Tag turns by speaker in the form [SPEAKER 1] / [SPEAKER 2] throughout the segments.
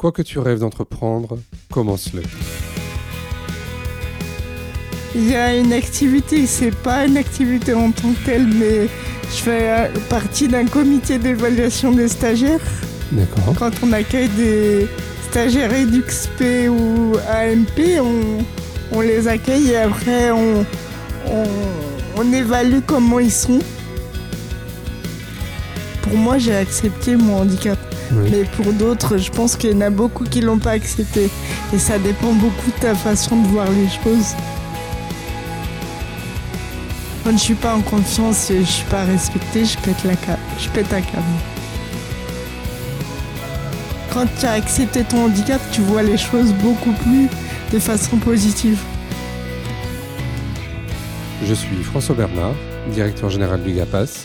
[SPEAKER 1] Quoi que tu rêves d'entreprendre, commence-le.
[SPEAKER 2] Il y a une activité, c'est pas une activité en tant que telle, mais je fais euh, partie d'un comité d'évaluation des stagiaires.
[SPEAKER 1] D'accord.
[SPEAKER 2] Quand on accueille des stagiaires EduxP ou AMP, on, on les accueille et après on, on, on évalue comment ils sont. Pour moi, j'ai accepté mon handicap.
[SPEAKER 1] Oui.
[SPEAKER 2] Mais pour d'autres, je pense qu'il y en a beaucoup qui l'ont pas accepté. Et ça dépend beaucoup de ta façon de voir les choses. Quand je suis pas en confiance et je suis pas respectée, je pète, la ca- je pète un câble. Quand tu as accepté ton handicap, tu vois les choses beaucoup plus de façon positive.
[SPEAKER 1] Je suis François Bernard, directeur général du GAPAS,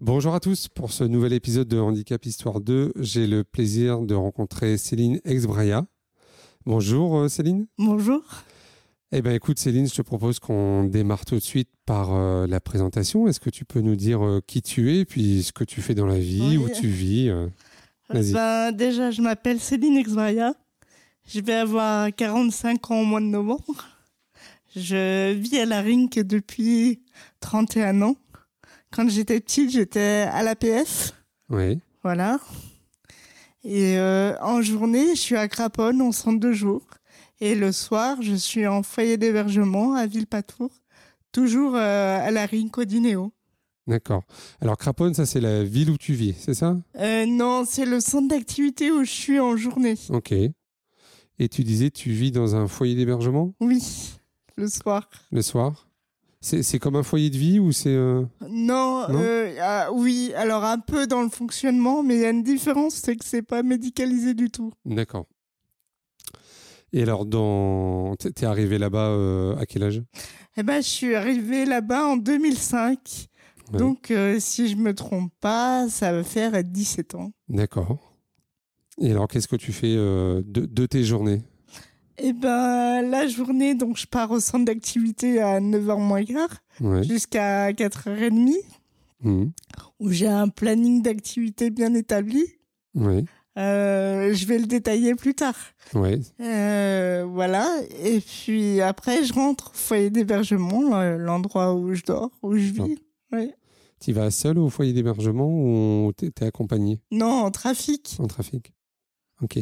[SPEAKER 1] Bonjour à tous, pour ce nouvel épisode de Handicap Histoire 2, j'ai le plaisir de rencontrer Céline Exbraya. Bonjour euh, Céline.
[SPEAKER 2] Bonjour.
[SPEAKER 1] Eh bien, écoute, Céline, je te propose qu'on démarre tout de suite par euh, la présentation. Est-ce que tu peux nous dire euh, qui tu es, puis ce que tu fais dans la vie,
[SPEAKER 2] Oui.
[SPEAKER 1] où tu vis euh. Vas-y.
[SPEAKER 2] Ben, déjà, je m'appelle Céline Exmaria. Je vais avoir 45 ans au mois de novembre. Je vis à la Rink depuis 31 ans. Quand j'étais petite, j'étais à l'APS.
[SPEAKER 1] Oui,
[SPEAKER 2] Voilà. Et euh, en journée, je suis à Craponne en centre de jour. Et le soir, je suis en foyer d'hébergement à Villepatour, toujours euh, à la Rink au Dinéo.
[SPEAKER 1] d'accord. Alors, Craponne, ça, c'est la ville où tu vis, c'est ça
[SPEAKER 2] Euh, non, c'est le centre d'activité où je suis en journée.
[SPEAKER 1] Ok. Et tu disais, tu vis dans un foyer d'hébergement
[SPEAKER 2] Oui, le soir.
[SPEAKER 1] le soir C'est c'est comme un foyer de vie ou c'est. euh, Non
[SPEAKER 2] Non, euh, ah, oui, alors un peu dans le fonctionnement, mais il y a une différence, c'est que c'est pas médicalisé du tout.
[SPEAKER 1] D'accord. Et alors, dans... t'es t'es arrivé là-bas euh, à quel âge
[SPEAKER 2] Eh ben, je suis arrivée là-bas en 2005.
[SPEAKER 1] Ouais.
[SPEAKER 2] Donc, euh, si je me trompe pas, ça va faire 17 ans.
[SPEAKER 1] D'accord. Et alors, qu'est-ce que tu fais euh, de, de tes journées
[SPEAKER 2] Eh ben, la journée, donc, je pars au centre d'activité à 9h moins quart
[SPEAKER 1] Oui.
[SPEAKER 2] jusqu'à 4h30,
[SPEAKER 1] Mmh.
[SPEAKER 2] où j'ai un planning d'activité bien établi.
[SPEAKER 1] Oui.
[SPEAKER 2] Euh, je vais le détailler plus tard.
[SPEAKER 1] Oui,
[SPEAKER 2] Euh, voilà, et puis après, je rentre au foyer d'hébergement, euh, l'endroit où je dors, où je vis. Ouais.
[SPEAKER 1] Tu vas seul au foyer d'hébergement ou t'es t'es accompagné
[SPEAKER 2] Non, en trafic.
[SPEAKER 1] en trafic Ok.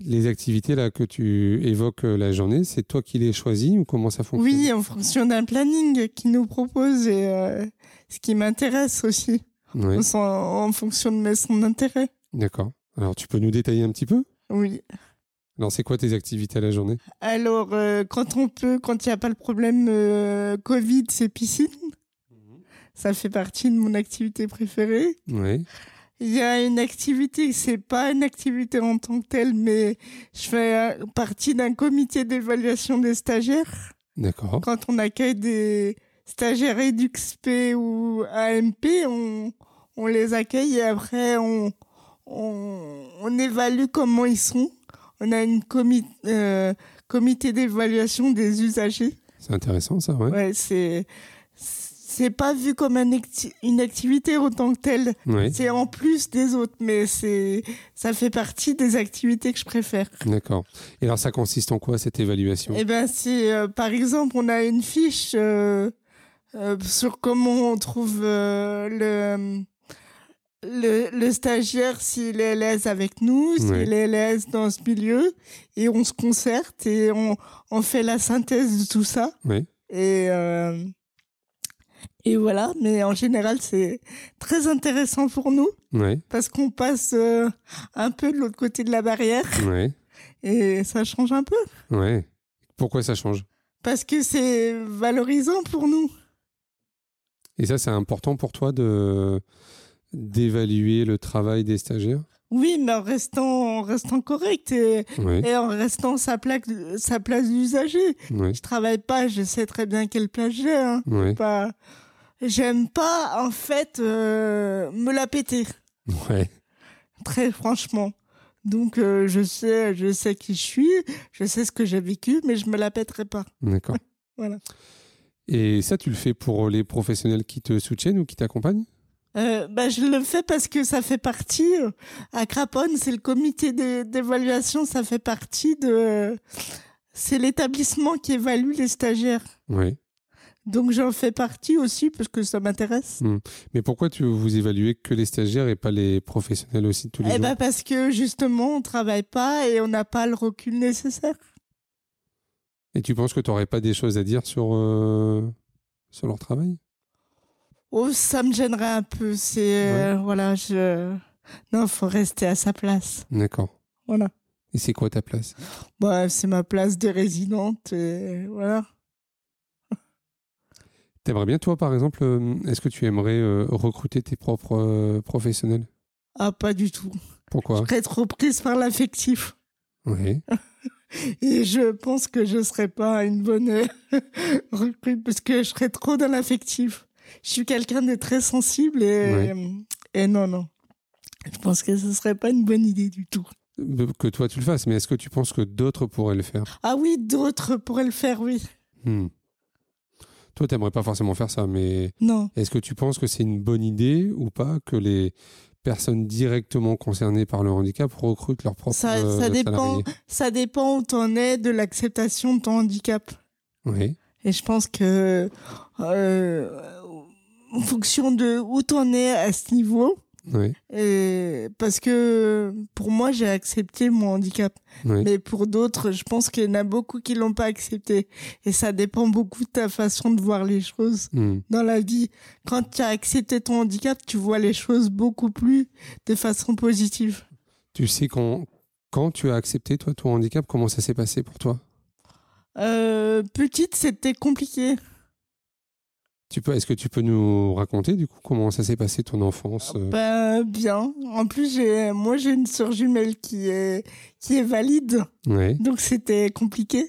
[SPEAKER 1] Les activités là que tu évoques euh, la journée, c'est toi qui les choisis ou comment ça fonctionne
[SPEAKER 2] Oui, en fonction d'un planning qui nous propose et euh, ce qui m'intéresse aussi,
[SPEAKER 1] Ouais,
[SPEAKER 2] au sens- en, fonction de mes centres d'intérêt.
[SPEAKER 1] D'accord. Alors tu peux nous détailler un petit peu
[SPEAKER 2] Oui.
[SPEAKER 1] Alors c'est quoi tes activités à la journée
[SPEAKER 2] Alors, euh, quand on peut, quand il n'y a pas le problème euh, Covid, c'est piscine. Ça fait partie de mon activité préférée.
[SPEAKER 1] Oui.
[SPEAKER 2] Il y a une activité, c'est pas une activité en tant que telle, mais je fais euh, partie d'un comité d'évaluation des stagiaires.
[SPEAKER 1] D'accord.
[SPEAKER 2] Quand on accueille des stagiaires EduxP ou AMP, on, on les accueille et après on, on, on évalue comment ils sont. On a une comi- euh, comité d'évaluation des usagers.
[SPEAKER 1] C'est intéressant ça, ouais.
[SPEAKER 2] Ouais, c'est c'est pas vu comme un acti- une activité en tant que telle.
[SPEAKER 1] Ouais.
[SPEAKER 2] C'est en plus des autres, mais c'est ça fait partie des activités que je préfère.
[SPEAKER 1] D'accord. Et alors ça consiste en quoi cette évaluation
[SPEAKER 2] Eh ben, si euh, par exemple on a une fiche euh, euh, sur comment on trouve euh, le le, le stagiaire s'il est à l'aise avec nous, s'il
[SPEAKER 1] Ouais.
[SPEAKER 2] est à l'aise dans ce milieu, et on se concerte et on, on fait la synthèse de tout ça.
[SPEAKER 1] Ouais.
[SPEAKER 2] Et, euh, et voilà, mais en général c'est très intéressant pour nous.
[SPEAKER 1] Ouais.
[SPEAKER 2] parce qu'on passe euh, un peu de l'autre côté de la barrière
[SPEAKER 1] Ouais.
[SPEAKER 2] et ça change un peu
[SPEAKER 1] Ouais. Pourquoi ça change
[SPEAKER 2] parce que c'est valorisant pour nous.
[SPEAKER 1] Et ça, c'est important pour toi de d'évaluer le travail des stagiaires
[SPEAKER 2] Oui, mais en restant, en restant correct et,
[SPEAKER 1] Oui.
[SPEAKER 2] et en restant sa, plaque, sa place d'usager.
[SPEAKER 1] oui.
[SPEAKER 2] Je travaille pas, je sais très bien quelle place j'ai. hein.
[SPEAKER 1] Ouais,
[SPEAKER 2] Pas- J'aime pas, en fait, euh, me la péter,
[SPEAKER 1] ouais,
[SPEAKER 2] très franchement. Donc, euh, je, sais, je sais qui je suis, je sais ce que j'ai vécu, mais je me la pèterai pas.
[SPEAKER 1] d'accord.
[SPEAKER 2] Voilà.
[SPEAKER 1] Et ça, tu le fais pour les professionnels qui te soutiennent ou qui t'accompagnent
[SPEAKER 2] Euh, bah, je le fais parce que ça fait partie, euh, à Craponne, c'est le comité d'é- d'évaluation, ça fait partie de... euh, C'est l'établissement qui évalue les stagiaires.
[SPEAKER 1] Oui.
[SPEAKER 2] Donc j'en fais partie aussi parce que ça m'intéresse.
[SPEAKER 1] Mais pourquoi tu vous évaluez que les stagiaires et pas les professionnels aussi de tous les
[SPEAKER 2] Eh
[SPEAKER 1] jours
[SPEAKER 2] ben parce que justement, on travaille pas et on n'a pas le recul nécessaire.
[SPEAKER 1] Et tu penses que tu n'aurais pas des choses à dire sur, euh, sur leur travail
[SPEAKER 2] Oh, ça me gênerait un peu. C'est euh, voilà, je non, faut rester à sa place.
[SPEAKER 1] D'accord.
[SPEAKER 2] Voilà.
[SPEAKER 1] Et c'est quoi ta place
[SPEAKER 2] Bah, c'est ma place de résidente. Et voilà.
[SPEAKER 1] T'aimerais bien, toi, par exemple, euh, est-ce que tu aimerais euh, recruter tes propres euh, professionnels
[SPEAKER 2] Ah, pas du tout. Je
[SPEAKER 1] Pourquoi
[SPEAKER 2] serais trop prise par l'affectif.
[SPEAKER 1] Oui.
[SPEAKER 2] Et je pense que je serais pas une bonne euh, recrue parce que je serais trop dans l'affectif. Je suis quelqu'un de très sensible et, et non, non. Je pense que ce serait pas une bonne idée du tout.
[SPEAKER 1] Euh, Que toi, tu le fasses, mais est-ce que tu penses que d'autres pourraient le faire
[SPEAKER 2] Ah oui, d'autres pourraient le faire, oui.
[SPEAKER 1] Hmm. Toi, t'aimerais pas forcément faire ça, mais
[SPEAKER 2] Non.
[SPEAKER 1] Est-ce que tu penses que c'est une bonne idée ou pas que les personnes directement concernées par le handicap recrutent leurs propres
[SPEAKER 2] Ça-
[SPEAKER 1] euh,
[SPEAKER 2] ça dépend.
[SPEAKER 1] salariés
[SPEAKER 2] Ça dépend où t'en es de l'acceptation de ton handicap.
[SPEAKER 1] Oui,
[SPEAKER 2] Et je pense que, euh, en fonction de où t'en es à ce niveau,
[SPEAKER 1] oui,
[SPEAKER 2] et parce que pour moi, j'ai accepté mon handicap.
[SPEAKER 1] oui.
[SPEAKER 2] Mais pour d'autres, je pense qu'il y en a beaucoup qui l'ont pas accepté. Et ça dépend beaucoup de ta façon de voir les choses
[SPEAKER 1] Hmm,
[SPEAKER 2] dans la vie. Quand tu as accepté ton handicap, tu vois les choses beaucoup plus de façon positive.
[SPEAKER 1] Tu sais quand, quand tu as accepté toi ton handicap, comment ça s'est passé pour toi
[SPEAKER 2] Euh, petite, c'était compliqué.
[SPEAKER 1] tu peux, Est-ce que tu peux nous raconter du coup comment ça s'est passé ton enfance euh,
[SPEAKER 2] Ben, bien. En plus, j'ai, moi, j'ai une sœur jumelle qui est, qui est valide.
[SPEAKER 1] euh ouais,
[SPEAKER 2] Donc, c'était compliqué.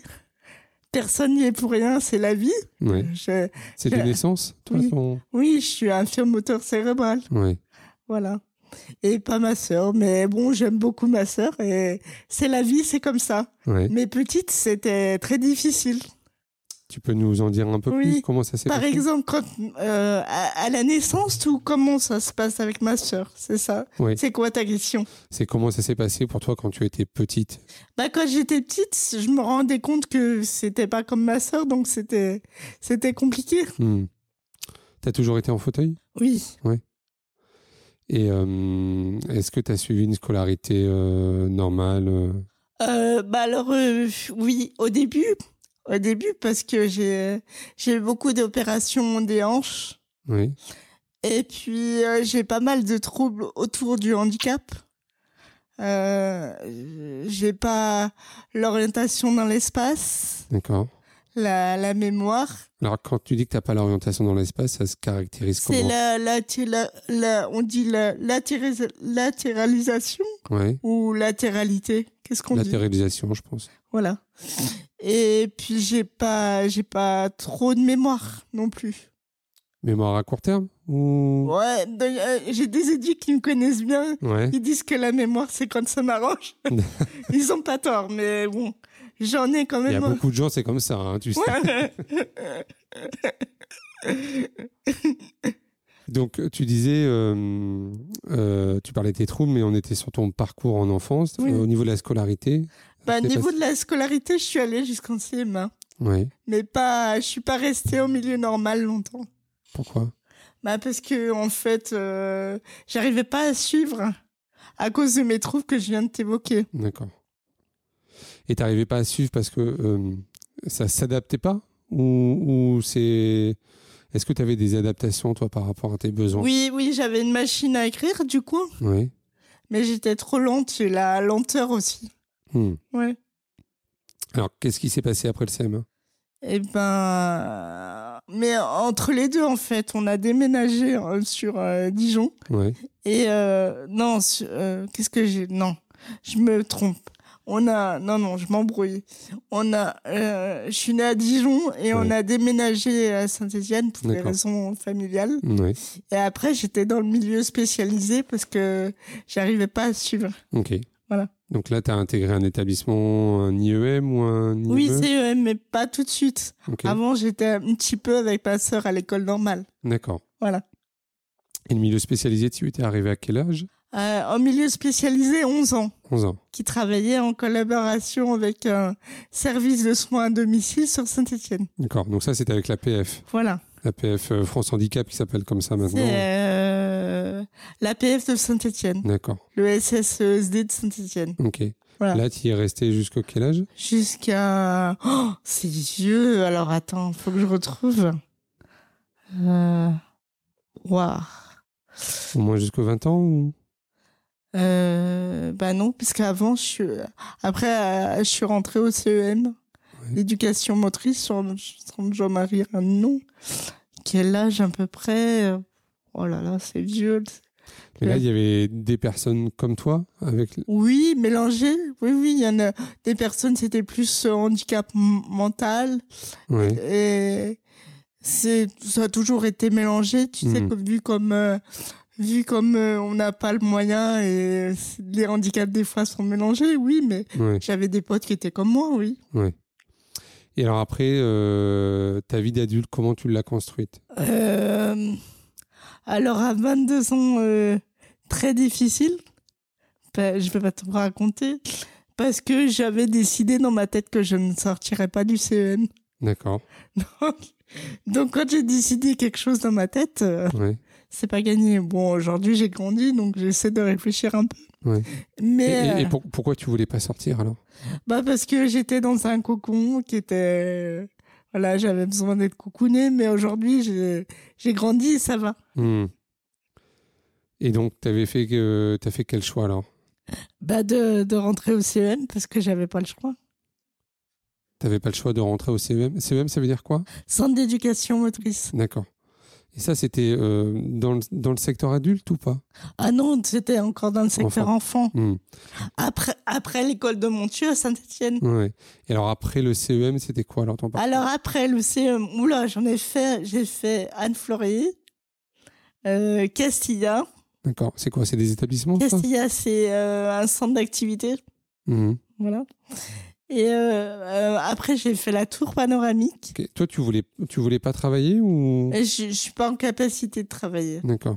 [SPEAKER 2] Personne n'y est pour rien, c'est la vie.
[SPEAKER 1] ouais.
[SPEAKER 2] Je-
[SPEAKER 1] C'est de
[SPEAKER 2] Je-
[SPEAKER 1] naissance toi
[SPEAKER 2] Oui.
[SPEAKER 1] ton...
[SPEAKER 2] oui, je suis infirme moteur cérébral.
[SPEAKER 1] ouais.
[SPEAKER 2] Voilà. Et pas ma sœur, mais bon, j'aime beaucoup ma sœur et c'est la vie, c'est comme ça.
[SPEAKER 1] ouais.
[SPEAKER 2] Mes petites, c'était très difficile.
[SPEAKER 1] Tu peux nous en dire un peu
[SPEAKER 2] Oui.
[SPEAKER 1] plus comment ça s'est
[SPEAKER 2] Par
[SPEAKER 1] passé
[SPEAKER 2] exemple, quand euh, à, à la naissance, tout comment ça se passe avec ma sœur, c'est ça.
[SPEAKER 1] Oui.
[SPEAKER 2] C'est quoi ta question
[SPEAKER 1] C'est comment ça s'est passé pour toi quand tu étais petite
[SPEAKER 2] Bah quand j'étais petite, je me rendais compte que c'était pas comme ma sœur, donc c'était c'était compliqué.
[SPEAKER 1] Hmm. T'as toujours été en fauteuil
[SPEAKER 2] Oui.
[SPEAKER 1] Et euh, est-ce que tu as suivi une scolarité euh, normale euh
[SPEAKER 2] Euh, bah alors euh, oui, au début, au début parce que j'ai j'ai eu beaucoup d'opérations des hanches.
[SPEAKER 1] Oui.
[SPEAKER 2] Et puis, euh, j'ai pas mal de troubles autour du handicap. Euh, j'ai pas l'orientation dans l'espace,
[SPEAKER 1] D'accord.
[SPEAKER 2] la, la mémoire.
[SPEAKER 1] Alors, quand tu dis que tu n'as pas l'orientation dans l'espace, ça se caractérise
[SPEAKER 2] C'est
[SPEAKER 1] comment
[SPEAKER 2] la, la, la, la- on dit la, latéris- latéralisation
[SPEAKER 1] Ouais.
[SPEAKER 2] ou latéralité. Qu'est-ce qu'on dit
[SPEAKER 1] Latéralisation, je pense.
[SPEAKER 2] Voilà. Et puis, j'ai pas, j'ai pas trop de mémoire non plus.
[SPEAKER 1] Mémoire à court terme ou...
[SPEAKER 2] Ouais, donc, euh, j'ai des éduques qui me connaissent bien
[SPEAKER 1] Ouais.
[SPEAKER 2] Ils disent que la mémoire, c'est quand ça m'arrange. Ils ont pas tort, mais bon, j'en ai quand
[SPEAKER 1] Il y a
[SPEAKER 2] même.
[SPEAKER 1] beaucoup de gens, c'est comme ça, hein, tu sais.
[SPEAKER 2] Ouais.
[SPEAKER 1] Donc, tu disais, euh, euh, tu parlais de tes troubles, mais on était sur ton parcours en enfance.
[SPEAKER 2] Oui.
[SPEAKER 1] Euh, au niveau de la scolarité
[SPEAKER 2] Bah,
[SPEAKER 1] c'est
[SPEAKER 2] niveau de la scolarité, je suis allée jusqu'en CM1,
[SPEAKER 1] Ouais.
[SPEAKER 2] mais pas, je suis pas restée au milieu normal longtemps.
[SPEAKER 1] Pourquoi
[SPEAKER 2] Bah parce que en fait, euh, j'arrivais pas à suivre à cause de mes troubles que je viens de t'évoquer.
[SPEAKER 1] D'accord. Et t'arrivais pas à suivre parce que euh, ça s'adaptait pas ou, ou c'est est-ce que tu avais des adaptations toi par rapport à tes besoins
[SPEAKER 2] Oui, oui, j'avais une machine à écrire du coup,
[SPEAKER 1] Ouais.
[SPEAKER 2] mais j'étais trop lente, j'ai la lenteur aussi.
[SPEAKER 1] Hmm.
[SPEAKER 2] Ouais.
[SPEAKER 1] Alors qu'est-ce qui s'est passé après le CM1
[SPEAKER 2] Eh ben, mais entre les deux, en fait, on a déménagé euh, sur euh, Dijon.
[SPEAKER 1] Ouais.
[SPEAKER 2] Et euh, non, su- euh, qu'est-ce que j'ai Non, je me trompe. On a non non, je m'embrouille. On a, euh, je suis née à Dijon et on
[SPEAKER 1] Ouais.
[SPEAKER 2] a déménagé à Saint-Étienne pour des
[SPEAKER 1] D'accord.
[SPEAKER 2] raisons familiales.
[SPEAKER 1] Ouais.
[SPEAKER 2] Et après, j'étais dans le milieu spécialisé parce que j'arrivais pas à suivre.
[SPEAKER 1] Ok.
[SPEAKER 2] Voilà.
[SPEAKER 1] Donc là, tu as intégré un établissement, un IEM ou un IME
[SPEAKER 2] Oui, c'est mais pas tout de suite.
[SPEAKER 1] E? Ok.
[SPEAKER 2] Avant, j'étais un petit peu avec ma sœur à l'école normale.
[SPEAKER 1] D'accord.
[SPEAKER 2] Voilà.
[SPEAKER 1] Et le milieu spécialisé, tu étais arrivé à quel âge
[SPEAKER 2] Euh, en milieu spécialisé, 11 ans.
[SPEAKER 1] 11 ans.
[SPEAKER 2] qui travaillait en collaboration avec un service de soins à domicile sur Saint-Étienne.
[SPEAKER 1] D'accord. Donc ça, c'était avec la PF.
[SPEAKER 2] Voilà.
[SPEAKER 1] La PF euh, France Handicap qui s'appelle comme ça
[SPEAKER 2] C'est
[SPEAKER 1] maintenant.
[SPEAKER 2] euh, l'APF de Saint-Étienne,
[SPEAKER 1] D'accord.
[SPEAKER 2] le SSESD de Saint-Étienne.
[SPEAKER 1] Ok.
[SPEAKER 2] Voilà.
[SPEAKER 1] Là, tu y es resté jusqu'à quel âge
[SPEAKER 2] Jusqu'à... Oh, c'est vieux. Alors attends, faut que je retrouve. Euh... Waouh.
[SPEAKER 1] Au moins jusqu'aux 20 ans ou...
[SPEAKER 2] Euh, bah non, parce qu'avant, je suis... après, euh, je suis rentrée au CEM, l'éducation motrice sur, sur Jean-Marie Ranon. Quel âge à peu près euh, Oh là là, c'est vieux.
[SPEAKER 1] Mais là,
[SPEAKER 2] Ouais.
[SPEAKER 1] il y avait des personnes comme toi avec.
[SPEAKER 2] Oui, mélangé. Oui, oui, il y en a des personnes, c'était plus euh, handicap m- mental.
[SPEAKER 1] Ouais.
[SPEAKER 2] Et c'est ça a toujours été mélangé, tu sais,
[SPEAKER 1] Mhm.
[SPEAKER 2] comme, vu comme euh, vu comme euh, on n'a pas le moyen et c'est- les handicaps des fois sont mélangés, oui, mais
[SPEAKER 1] ouais.
[SPEAKER 2] j'avais des potes qui étaient comme moi, oui.
[SPEAKER 1] Et alors après, euh, ta vie d'adulte, comment tu l'as construite
[SPEAKER 2] Euh, alors à 22 ans, euh, très difficile. Ben, je vais pas tout raconter parce que j'avais décidé dans ma tête que je ne sortirais pas du CEM.
[SPEAKER 1] D'accord.
[SPEAKER 2] Donc, donc quand j'ai décidé quelque chose dans ma tête. euh,
[SPEAKER 1] Ouais.
[SPEAKER 2] c'est pas gagné. Bon, aujourd'hui, j'ai grandi, donc j'essaie de réfléchir un peu.
[SPEAKER 1] Ouais. Et,
[SPEAKER 2] Mais
[SPEAKER 1] et- et
[SPEAKER 2] euh,
[SPEAKER 1] pour- pourquoi tu voulais pas sortir alors
[SPEAKER 2] bah parce que j'étais dans un cocon qui était voilà, j'avais besoin d'être coucounée, mais aujourd'hui, j'ai j'ai grandi et ça va.
[SPEAKER 1] Hmm. Et donc, tu avais fait, euh, t'as fait quel choix alors
[SPEAKER 2] Bah de, de rentrer au CEM parce que j'avais pas le choix.
[SPEAKER 1] T'avais pas le choix de rentrer au E CEM. CEM, ça veut dire quoi
[SPEAKER 2] Centre d'éducation motrice.
[SPEAKER 1] D'accord. Et ça, c'était euh, dans, le, dans le secteur adulte ou pas
[SPEAKER 2] Ah non, c'était encore dans le secteur enfant.
[SPEAKER 1] Hmm.
[SPEAKER 2] Après, après l'école de Montieu à Saint-Etienne.
[SPEAKER 1] Ouais. Et alors après le CEM, c'était quoi alors ton parcours
[SPEAKER 2] Alors après le CEM, oula, j'en ai fait, j'ai fait Anne Fleury, euh, Castilla,
[SPEAKER 1] D'accord. C'est quoi C'est des établissements ça
[SPEAKER 2] Castilla, c'est euh, un centre d'activité.
[SPEAKER 1] Hmm.
[SPEAKER 2] Voilà. Et euh, euh, après, j'ai fait la tour panoramique.
[SPEAKER 1] Ok. Toi, tu voulais, tu voulais pas travailler ou
[SPEAKER 2] Et je, je suis pas en capacité de travailler.
[SPEAKER 1] D'accord.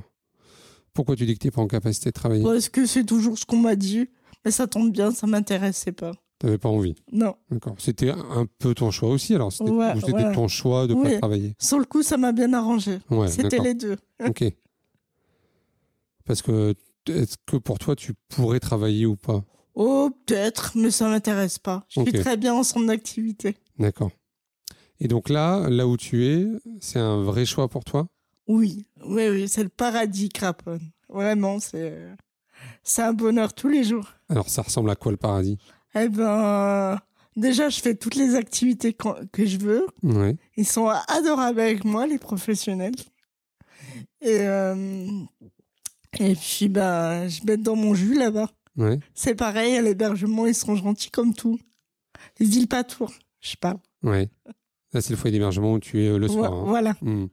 [SPEAKER 1] Pourquoi tu dis que t'es pas en capacité de travailler
[SPEAKER 2] Parce que c'est toujours ce qu'on m'a dit. Mais ça tombe bien, ça m'intéressait pas.
[SPEAKER 1] T'avais pas envie.
[SPEAKER 2] Non.
[SPEAKER 1] D'accord. C'était un peu ton choix aussi alors. C'était
[SPEAKER 2] Ouais,
[SPEAKER 1] ou c'était
[SPEAKER 2] voilà.
[SPEAKER 1] ton choix de
[SPEAKER 2] Oui.
[SPEAKER 1] pas travailler.
[SPEAKER 2] Sur le coup, ça m'a bien arrangé.
[SPEAKER 1] Ouais.
[SPEAKER 2] C'était
[SPEAKER 1] d'accord.
[SPEAKER 2] les deux.
[SPEAKER 1] Ok. Parce que est-ce que pour toi, tu pourrais travailler ou pas
[SPEAKER 2] Oh, peut-être, mais ça m'intéresse pas. Je
[SPEAKER 1] Ok.
[SPEAKER 2] suis très bien en son activité.
[SPEAKER 1] D'accord. Et donc là, là où tu es, c'est un vrai choix pour toi
[SPEAKER 2] Oui, oui, oui, c'est le paradis, Craponne. Vraiment, c'est c'est un bonheur tous les jours.
[SPEAKER 1] Alors ça ressemble à quoi le paradis
[SPEAKER 2] Eh ben, déjà, je fais toutes les activités qu'on- que je veux.
[SPEAKER 1] Ouais.
[SPEAKER 2] Ils sont adorables avec moi, les professionnels. Et, euh, et puis, bah, je bête dans mon jus là-bas.
[SPEAKER 1] Ouais.
[SPEAKER 2] C'est pareil, à l'hébergement, ils sont gentils comme tout. Ils îles pas tour, je parle.
[SPEAKER 1] Ouais. Là, c'est le foyer d'hébergement où tu es euh, le
[SPEAKER 2] Vo-
[SPEAKER 1] soir. hein.
[SPEAKER 2] Voilà.
[SPEAKER 1] Mm.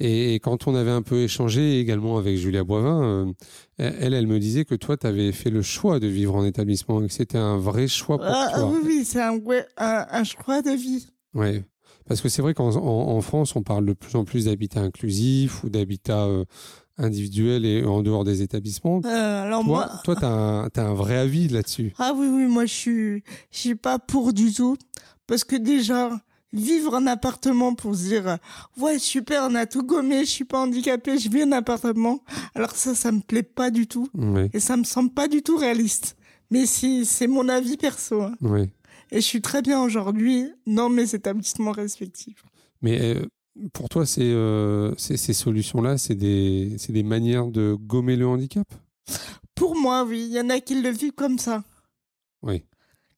[SPEAKER 1] Et, et quand on avait un peu échangé également avec Julia Boivin, euh, elle, elle me disait que toi, tu avais fait le choix de vivre en établissement et que c'était un vrai choix pour
[SPEAKER 2] Ah, ah
[SPEAKER 1] toi.
[SPEAKER 2] oui, oui, c'est un, ouais, un, un choix de vie.
[SPEAKER 1] Ouais. Parce que c'est vrai qu'en en- en France, on parle de plus en plus d'habitat inclusif ou d'habitat euh, individuel et en dehors des établissements.
[SPEAKER 2] Euh, alors moi,
[SPEAKER 1] Toi, toi, tu as, un vrai avis là-dessus.
[SPEAKER 2] ah oui, oui, moi, je suis, je suis pas pour du tout. Parce que déjà, vivre en appartement pour se dire, euh, ouais, super, on a tout gommé, je suis pas handicapé, je vis en appartement. Alors ça, ça me plaît pas du tout.
[SPEAKER 1] Ouais.
[SPEAKER 2] Et ça me semble pas du tout réaliste. Mais c'est c'est mon avis perso. hein.
[SPEAKER 1] Ouais.
[SPEAKER 2] Et je suis très bien aujourd'hui dans mes établissements respectifs.
[SPEAKER 1] Mais euh, pour toi, c'est, euh, c'est- ces solutions-là, c'est des, c'est des manières de gommer le handicap
[SPEAKER 2] Pour moi, oui, il y en a qui le vivent comme ça.
[SPEAKER 1] Oui.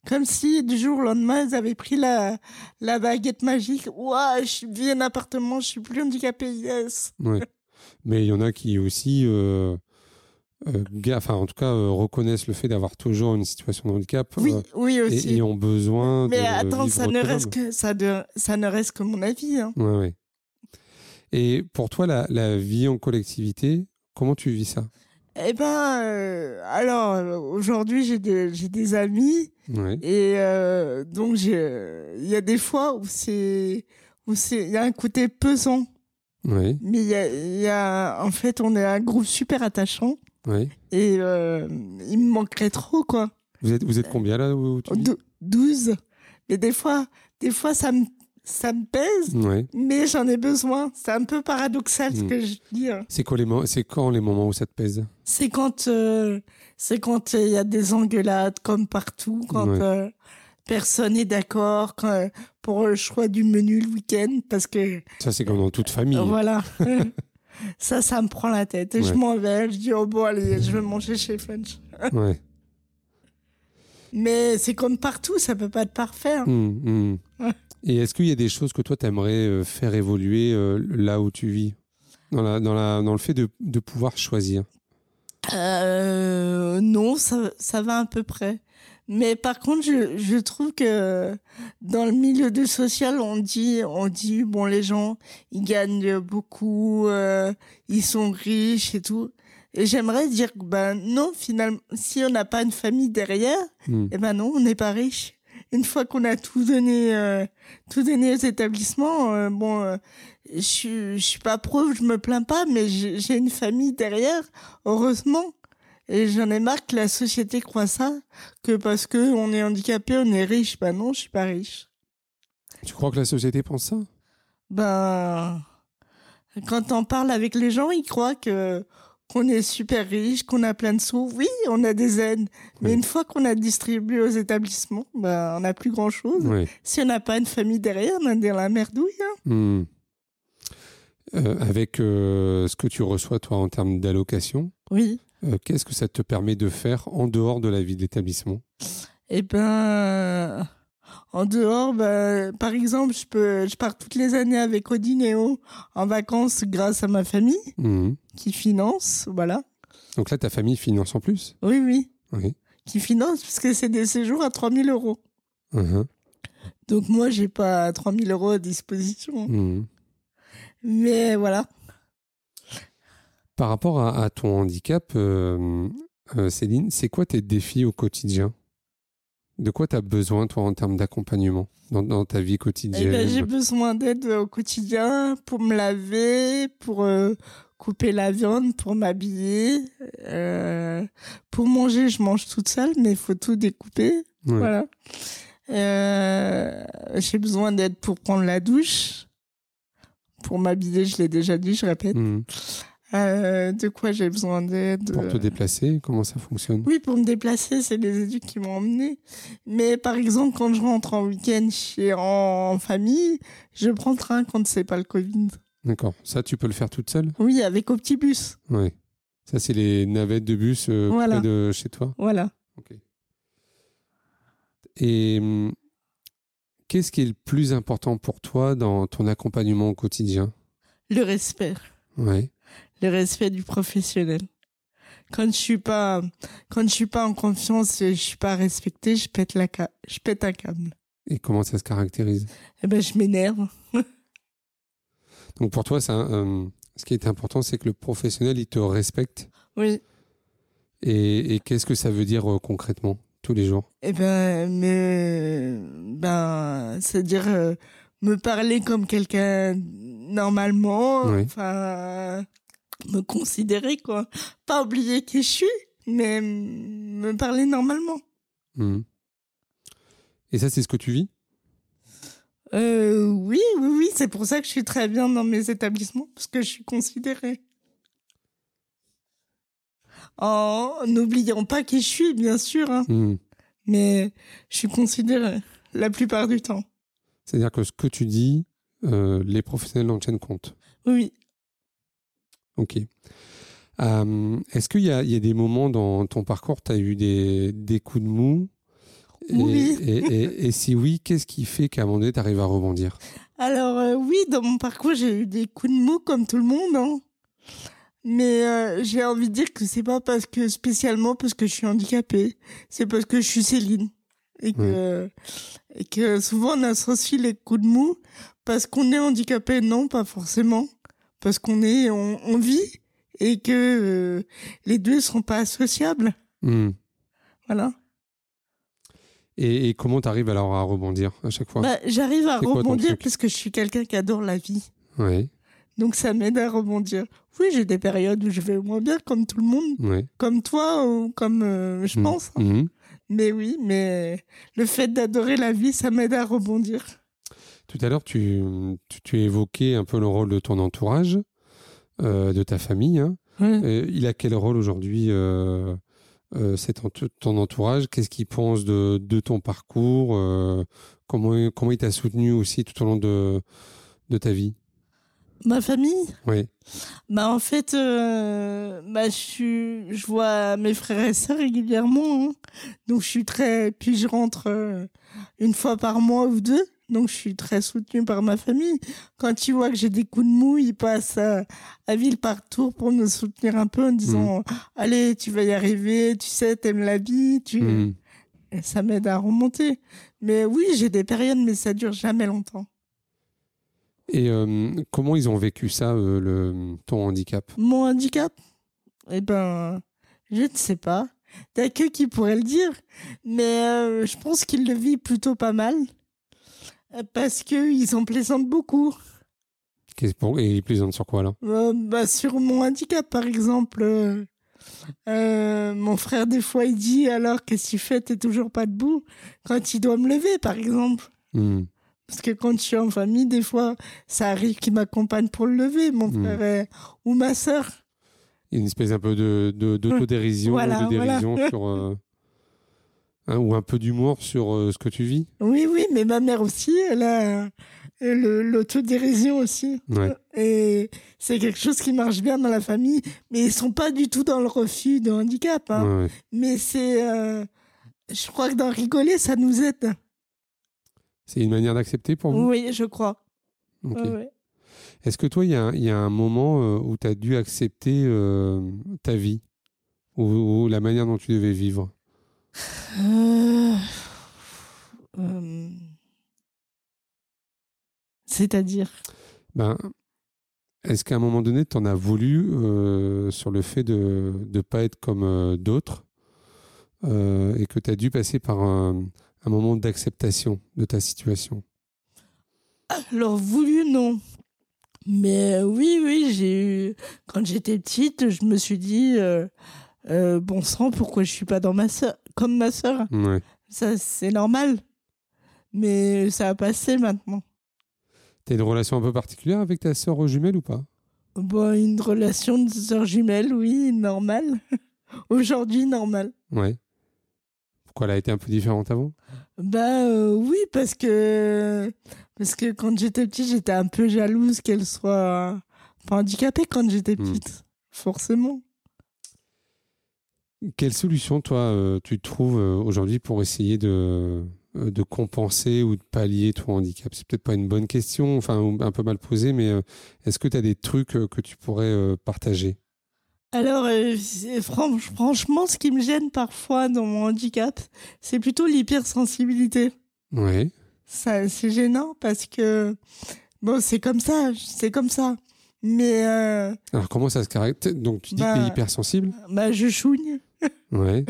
[SPEAKER 2] Comme si du jour au lendemain, ils avaient pris la, la baguette magique. Ouah, je vis un appartement, je suis plus handicapé, yes.
[SPEAKER 1] Ouais. Mais il y en a qui aussi, euh, euh, ga- enfin en tout cas, euh, reconnaissent le fait d'avoir toujours une situation de handicap
[SPEAKER 2] Oui,
[SPEAKER 1] euh,
[SPEAKER 2] oui
[SPEAKER 1] et-
[SPEAKER 2] aussi.
[SPEAKER 1] et, ont besoin de
[SPEAKER 2] Mais attends,
[SPEAKER 1] vivre
[SPEAKER 2] ça ne,
[SPEAKER 1] autonome.
[SPEAKER 2] reste que, ça, de- ça ne reste que mon avis. hein.
[SPEAKER 1] Ouais, ouais. Et pour toi, la, la vie en collectivité, comment tu vis ça
[SPEAKER 2] Eh ben, euh, alors, euh, aujourd'hui, j'ai des, j'ai des amis.
[SPEAKER 1] Ouais.
[SPEAKER 2] Et euh, donc, j'ai- il y a des fois où c'est. où c'est- Il y a un côté pesant.
[SPEAKER 1] Ouais,
[SPEAKER 2] Mais il y a, il y a- en fait, on est un groupe super attachant.
[SPEAKER 1] ouais.
[SPEAKER 2] Et euh, il me manquerait trop, quoi.
[SPEAKER 1] Vous êtes, vous êtes combien là où où tu vis
[SPEAKER 2] Dou- 12. Mais des fois, des fois ça, me, ça me pèse,
[SPEAKER 1] Ouais.
[SPEAKER 2] mais j'en ai besoin. C'est un peu paradoxal ce
[SPEAKER 1] Mm.
[SPEAKER 2] que je dis. hein.
[SPEAKER 1] C'est quoi les mo- c'est quand les moments où ça te pèse
[SPEAKER 2] C'est quand euh, c'est quand euh, il y a des engueulades comme partout, quand
[SPEAKER 1] Ouais.
[SPEAKER 2] euh, personne n'est d'accord quand, euh, pour le choix du menu le week-end, parce que
[SPEAKER 1] Ça, c'est comme dans toute famille.
[SPEAKER 2] Voilà. ça, ça me prend la tête. Et je
[SPEAKER 1] Ouais.
[SPEAKER 2] m'en vais. Je dis, oh bon, allez, je vais manger chez Funch.
[SPEAKER 1] Ouais.
[SPEAKER 2] Mais c'est comme partout, ça peut pas être parfait. hein.
[SPEAKER 1] Mm, mm.
[SPEAKER 2] Ouais.
[SPEAKER 1] Et est-ce qu'il y a des choses que toi, tu aimerais faire évoluer euh, là où tu vis dans, la, dans, la, dans le fait de, de pouvoir choisir
[SPEAKER 2] Euh, non, ça, ça va à peu près. Mais par contre, je, je trouve que dans le milieu du social, on dit, on dit, bon, les gens, ils gagnent beaucoup, euh, ils sont riches et tout. Et j'aimerais dire, que, ben non, finalement, si on n'a pas une famille derrière,
[SPEAKER 1] Mm.
[SPEAKER 2] Eh ben non, on n'est pas riche. Une fois qu'on a tout donné, euh, tout donné aux établissements, euh, bon, euh, je suis- je suis pas pauvre, je me plains pas, mais j'ai j'ai une famille derrière, heureusement. Et j'en ai marre que la société croit ça, que parce que on est handicapé, on est riche. Ben non, je suis pas riche.
[SPEAKER 1] Tu crois que la société pense ça
[SPEAKER 2] Ben, quand on parle avec les gens, ils croient que qu'on est super riche, qu'on a plein de sous. Oui, on a des aides, mais
[SPEAKER 1] Oui.
[SPEAKER 2] une fois qu'on a distribué aux établissements, ben on n'a plus grand chose.
[SPEAKER 1] Ouais.
[SPEAKER 2] Si on n'a pas une famille derrière, on est dans la merdouille. hein.
[SPEAKER 1] Hmm. Euh, avec euh, ce que tu reçois, toi, en termes d'allocation,
[SPEAKER 2] Oui.
[SPEAKER 1] euh, qu'est-ce que ça te permet de faire en dehors de la vie de l'établissement
[SPEAKER 2] Eh ben, en dehors, ben, par exemple, je, peux, je pars toutes les années avec Odineo en vacances grâce à ma famille
[SPEAKER 1] Hmm.
[SPEAKER 2] qui finance. Voilà.
[SPEAKER 1] Donc là, ta famille finance en plus
[SPEAKER 2] Oui, oui.
[SPEAKER 1] Oui.
[SPEAKER 2] Qui finance parce que c'est des séjours à 3000 euros.
[SPEAKER 1] Uhum.
[SPEAKER 2] Donc moi, j'ai pas 3000 euros à disposition.
[SPEAKER 1] Hmm.
[SPEAKER 2] Mais voilà.
[SPEAKER 1] Par rapport à, à ton handicap, euh, euh, Céline, c'est quoi tes défis au quotidien De quoi tu as besoin, toi, en termes d'accompagnement dans, dans ta vie
[SPEAKER 2] Eh ben, j'ai
[SPEAKER 1] quotidienne
[SPEAKER 2] besoin d'aide euh, au quotidien pour me laver, pour euh, couper la viande, pour m'habiller. euh, pour manger, je mange toute seule, mais il faut tout découper.
[SPEAKER 1] Ouais.
[SPEAKER 2] Voilà. Euh, j'ai besoin d'aide pour prendre la douche. Pour m'habiller, je l'ai déjà dit, je répète.
[SPEAKER 1] Hmm.
[SPEAKER 2] Euh, de quoi j'ai besoin d'aide
[SPEAKER 1] Pour te déplacer, comment ça fonctionne
[SPEAKER 2] euh. oui, pour me déplacer, c'est les éduques qui m'ont emmené. Mais par exemple, quand je rentre en week-end chez, en, en famille, je prends le train quand c'est pas le Covid.
[SPEAKER 1] D'accord. Ça, tu peux le faire toute seule
[SPEAKER 2] Oui, avec au petit bus.
[SPEAKER 1] Oui. Ça, c'est les navettes de bus euh,
[SPEAKER 2] Voilà.
[SPEAKER 1] près de chez toi
[SPEAKER 2] Voilà.
[SPEAKER 1] Ok. Et hum, qu'est-ce qui est le plus important pour toi dans ton accompagnement au quotidien
[SPEAKER 2] Le respect.
[SPEAKER 1] Ouais.
[SPEAKER 2] Le respect du professionnel. Quand je suis pas, quand je suis pas en confiance et je suis pas respectée, je pète la ca- je pète un câble.
[SPEAKER 1] Et comment ça se caractérise
[SPEAKER 2] Eh ben, je m'énerve.
[SPEAKER 1] Donc pour toi, ça, euh, ce qui est important, c'est que le professionnel, il te respecte.
[SPEAKER 2] Oui.
[SPEAKER 1] Et, et qu'est-ce que ça veut dire euh, concrètement tous les jours
[SPEAKER 2] Eh ben, mais, ben, c'est-à-dire euh, me parler comme quelqu'un normalement,
[SPEAKER 1] Oui.
[SPEAKER 2] enfin, me considérer quoi, pas oublier qui je suis, mais mm, me parler normalement.
[SPEAKER 1] Mhm. Et ça, c'est ce que tu vis
[SPEAKER 2] Euh, oui, oui, oui, c'est pour ça que je suis très bien dans mes établissements parce que je suis considérée. En n'oubliant pas qui je suis, bien sûr, hein,
[SPEAKER 1] Mhm.
[SPEAKER 2] mais je suis considérée la plupart du temps.
[SPEAKER 1] C'est-à-dire que ce que tu dis, euh, les professionnels en tiennent compte.
[SPEAKER 2] Oui.
[SPEAKER 1] Ok. Euh, Est-ce qu'il y, a- il y a des moments dans ton parcours, tu as eu des, des coups de mou Et,
[SPEAKER 2] Oui.
[SPEAKER 1] et, et- et si oui, qu'est-ce qui fait qu'à un moment donné, tu arrives à rebondir
[SPEAKER 2] Alors euh, oui, dans mon parcours, j'ai eu des coups de mou comme tout le monde. hein. Mais euh, j'ai envie de dire que c'est pas parce que spécialement parce que je suis handicapée, c'est parce que je suis Céline. Et que, et que souvent on associe les coups de mou parce qu'on est handicapé, non, pas forcément, parce qu'on est, on, on vit et que euh, les deux sont pas associables,
[SPEAKER 1] Hmm.
[SPEAKER 2] voilà.
[SPEAKER 1] et, et comment tu arrives alors à rebondir à chaque fois
[SPEAKER 2] Bah, j'arrive à
[SPEAKER 1] C'est quoi ton
[SPEAKER 2] rebondir
[SPEAKER 1] truc
[SPEAKER 2] parce que je suis quelqu'un qui adore la vie.
[SPEAKER 1] Oui,
[SPEAKER 2] Donc ça m'aide à rebondir. Oui, j'ai des périodes où je vais moins bien, comme tout le monde,
[SPEAKER 1] oui.
[SPEAKER 2] comme toi ou comme euh, je
[SPEAKER 1] Hmm.
[SPEAKER 2] pense.
[SPEAKER 1] Mhm.
[SPEAKER 2] Mais oui, mais le fait d'adorer la vie, ça m'aide à rebondir.
[SPEAKER 1] Tout à l'heure, tu, tu, tu évoquais un peu le rôle de ton entourage, euh, de ta famille. hein. Euh, il a quel rôle aujourd'hui euh, euh, c'est ton, ton entourage Qu'est-ce qu'il pense de, de ton parcours Euh, comment, comment il t'a soutenu aussi tout au long de, de ta vie
[SPEAKER 2] Ma famille,
[SPEAKER 1] Oui.
[SPEAKER 2] bah en fait, euh, bah, je, suis- je vois mes frères et sœurs régulièrement. hein. Donc je suis très, puis je rentre euh, une fois par mois ou deux. Donc je suis très soutenue par ma famille. Quand ils voient que j'ai des coups de mou, ils passent à, à ville par tour pour me soutenir un peu en disant allez, tu vas y arriver, tu sais, t'aimes la vie, tu.
[SPEAKER 1] Mhm.
[SPEAKER 2] Et ça m'aide à remonter. Mais oui, j'ai des périodes, mais ça dure jamais longtemps.
[SPEAKER 1] Et euh, comment ils ont vécu ça, euh, le, ton handicap
[SPEAKER 2] Mon handicap Eh ben, je ne sais pas. T'as que qui pourrait le dire. Mais euh, je pense qu'il le vit plutôt pas mal. Euh, Parce qu'ils s'en plaisantent beaucoup.
[SPEAKER 1] Qu'est-ce pour- Et ils plaisantent sur quoi là
[SPEAKER 2] Euh, bah, sur mon handicap, par exemple, euh, euh, mon frère, des fois, il dit Alors, qu'est-ce que tu fais T'es toujours pas debout Quand il doit me lever, par exemple.
[SPEAKER 1] Mhm.
[SPEAKER 2] Parce que quand je suis en famille, des fois, ça arrive qu'il m'accompagne pour le lever, mon
[SPEAKER 1] Mm.
[SPEAKER 2] frère est- ou ma sœur.
[SPEAKER 1] Une espèce un peu de, de, d'autodérision,
[SPEAKER 2] Hum, Voilà,
[SPEAKER 1] de dérision
[SPEAKER 2] voilà.
[SPEAKER 1] sur. euh, hein, ou un peu d'humour sur euh, ce que tu vis
[SPEAKER 2] Oui, oui, mais ma mère aussi, elle a elle, euh, l'autodérision aussi.
[SPEAKER 1] Ouais.
[SPEAKER 2] Et c'est quelque chose qui marche bien dans la famille. Mais ils sont pas du tout dans le refus de handicap. hein.
[SPEAKER 1] Ouais, ouais.
[SPEAKER 2] Mais c'est... euh, je crois que d'en rigoler, ça nous aide.
[SPEAKER 1] C'est une manière d'accepter pour vous
[SPEAKER 2] Oui, je crois.
[SPEAKER 1] Ok.
[SPEAKER 2] Ouais, ouais.
[SPEAKER 1] Est-ce que toi, il y, a un- il y a un moment euh, où tu as dû accepter euh, ta vie ou, ou la manière dont tu devais vivre
[SPEAKER 2] Euh, euh, C'est-à-dire
[SPEAKER 1] ben, Est-ce qu'à un moment donné, tu en as voulu euh, sur le fait de ne pas être comme euh, d'autres euh, et que tu as dû passer par un, un moment d'acceptation de ta situation
[SPEAKER 2] Alors, voulu, non. Mais euh, oui, oui, j'ai eu. Quand j'étais petite, je me suis dit euh, euh, bon sang, pourquoi je suis pas dans ma sœur, comme ma sœur
[SPEAKER 1] ouais.
[SPEAKER 2] Ça, c'est normal. Mais ça a passé maintenant.
[SPEAKER 1] Tu as une relation un peu particulière avec ta sœur jumelle ou pas
[SPEAKER 2] Bon, une relation de sœur jumelle, oui, normale. Aujourd'hui, normale.
[SPEAKER 1] Ouais. Pourquoi elle a été un peu différente avant
[SPEAKER 2] Bah euh, oui, parce que parce que quand j'étais petite, j'étais un peu jalouse qu'elle soit pas handicapée quand j'étais
[SPEAKER 1] Hmm.
[SPEAKER 2] petite, forcément.
[SPEAKER 1] Quelle solution, toi, euh, tu trouves euh, aujourd'hui pour essayer de, euh, de compenser ou de pallier ton handicap C'est peut-être pas une bonne question, enfin ou un peu mal posée, mais euh, est-ce que tu as des trucs euh, que tu pourrais euh, partager
[SPEAKER 2] Alors, euh, c'est- fran- franchement, ce qui me gêne parfois dans mon handicap, c'est plutôt l'hypersensibilité.
[SPEAKER 1] Oui.
[SPEAKER 2] Ça, c'est gênant parce que, bon, c'est comme ça, c'est comme ça. Mais, euh,
[SPEAKER 1] Alors comment ça se caractérise Donc tu dis que tu
[SPEAKER 2] Bah-
[SPEAKER 1] es hypersensible
[SPEAKER 2] bah, je chouigne.
[SPEAKER 1] Oui.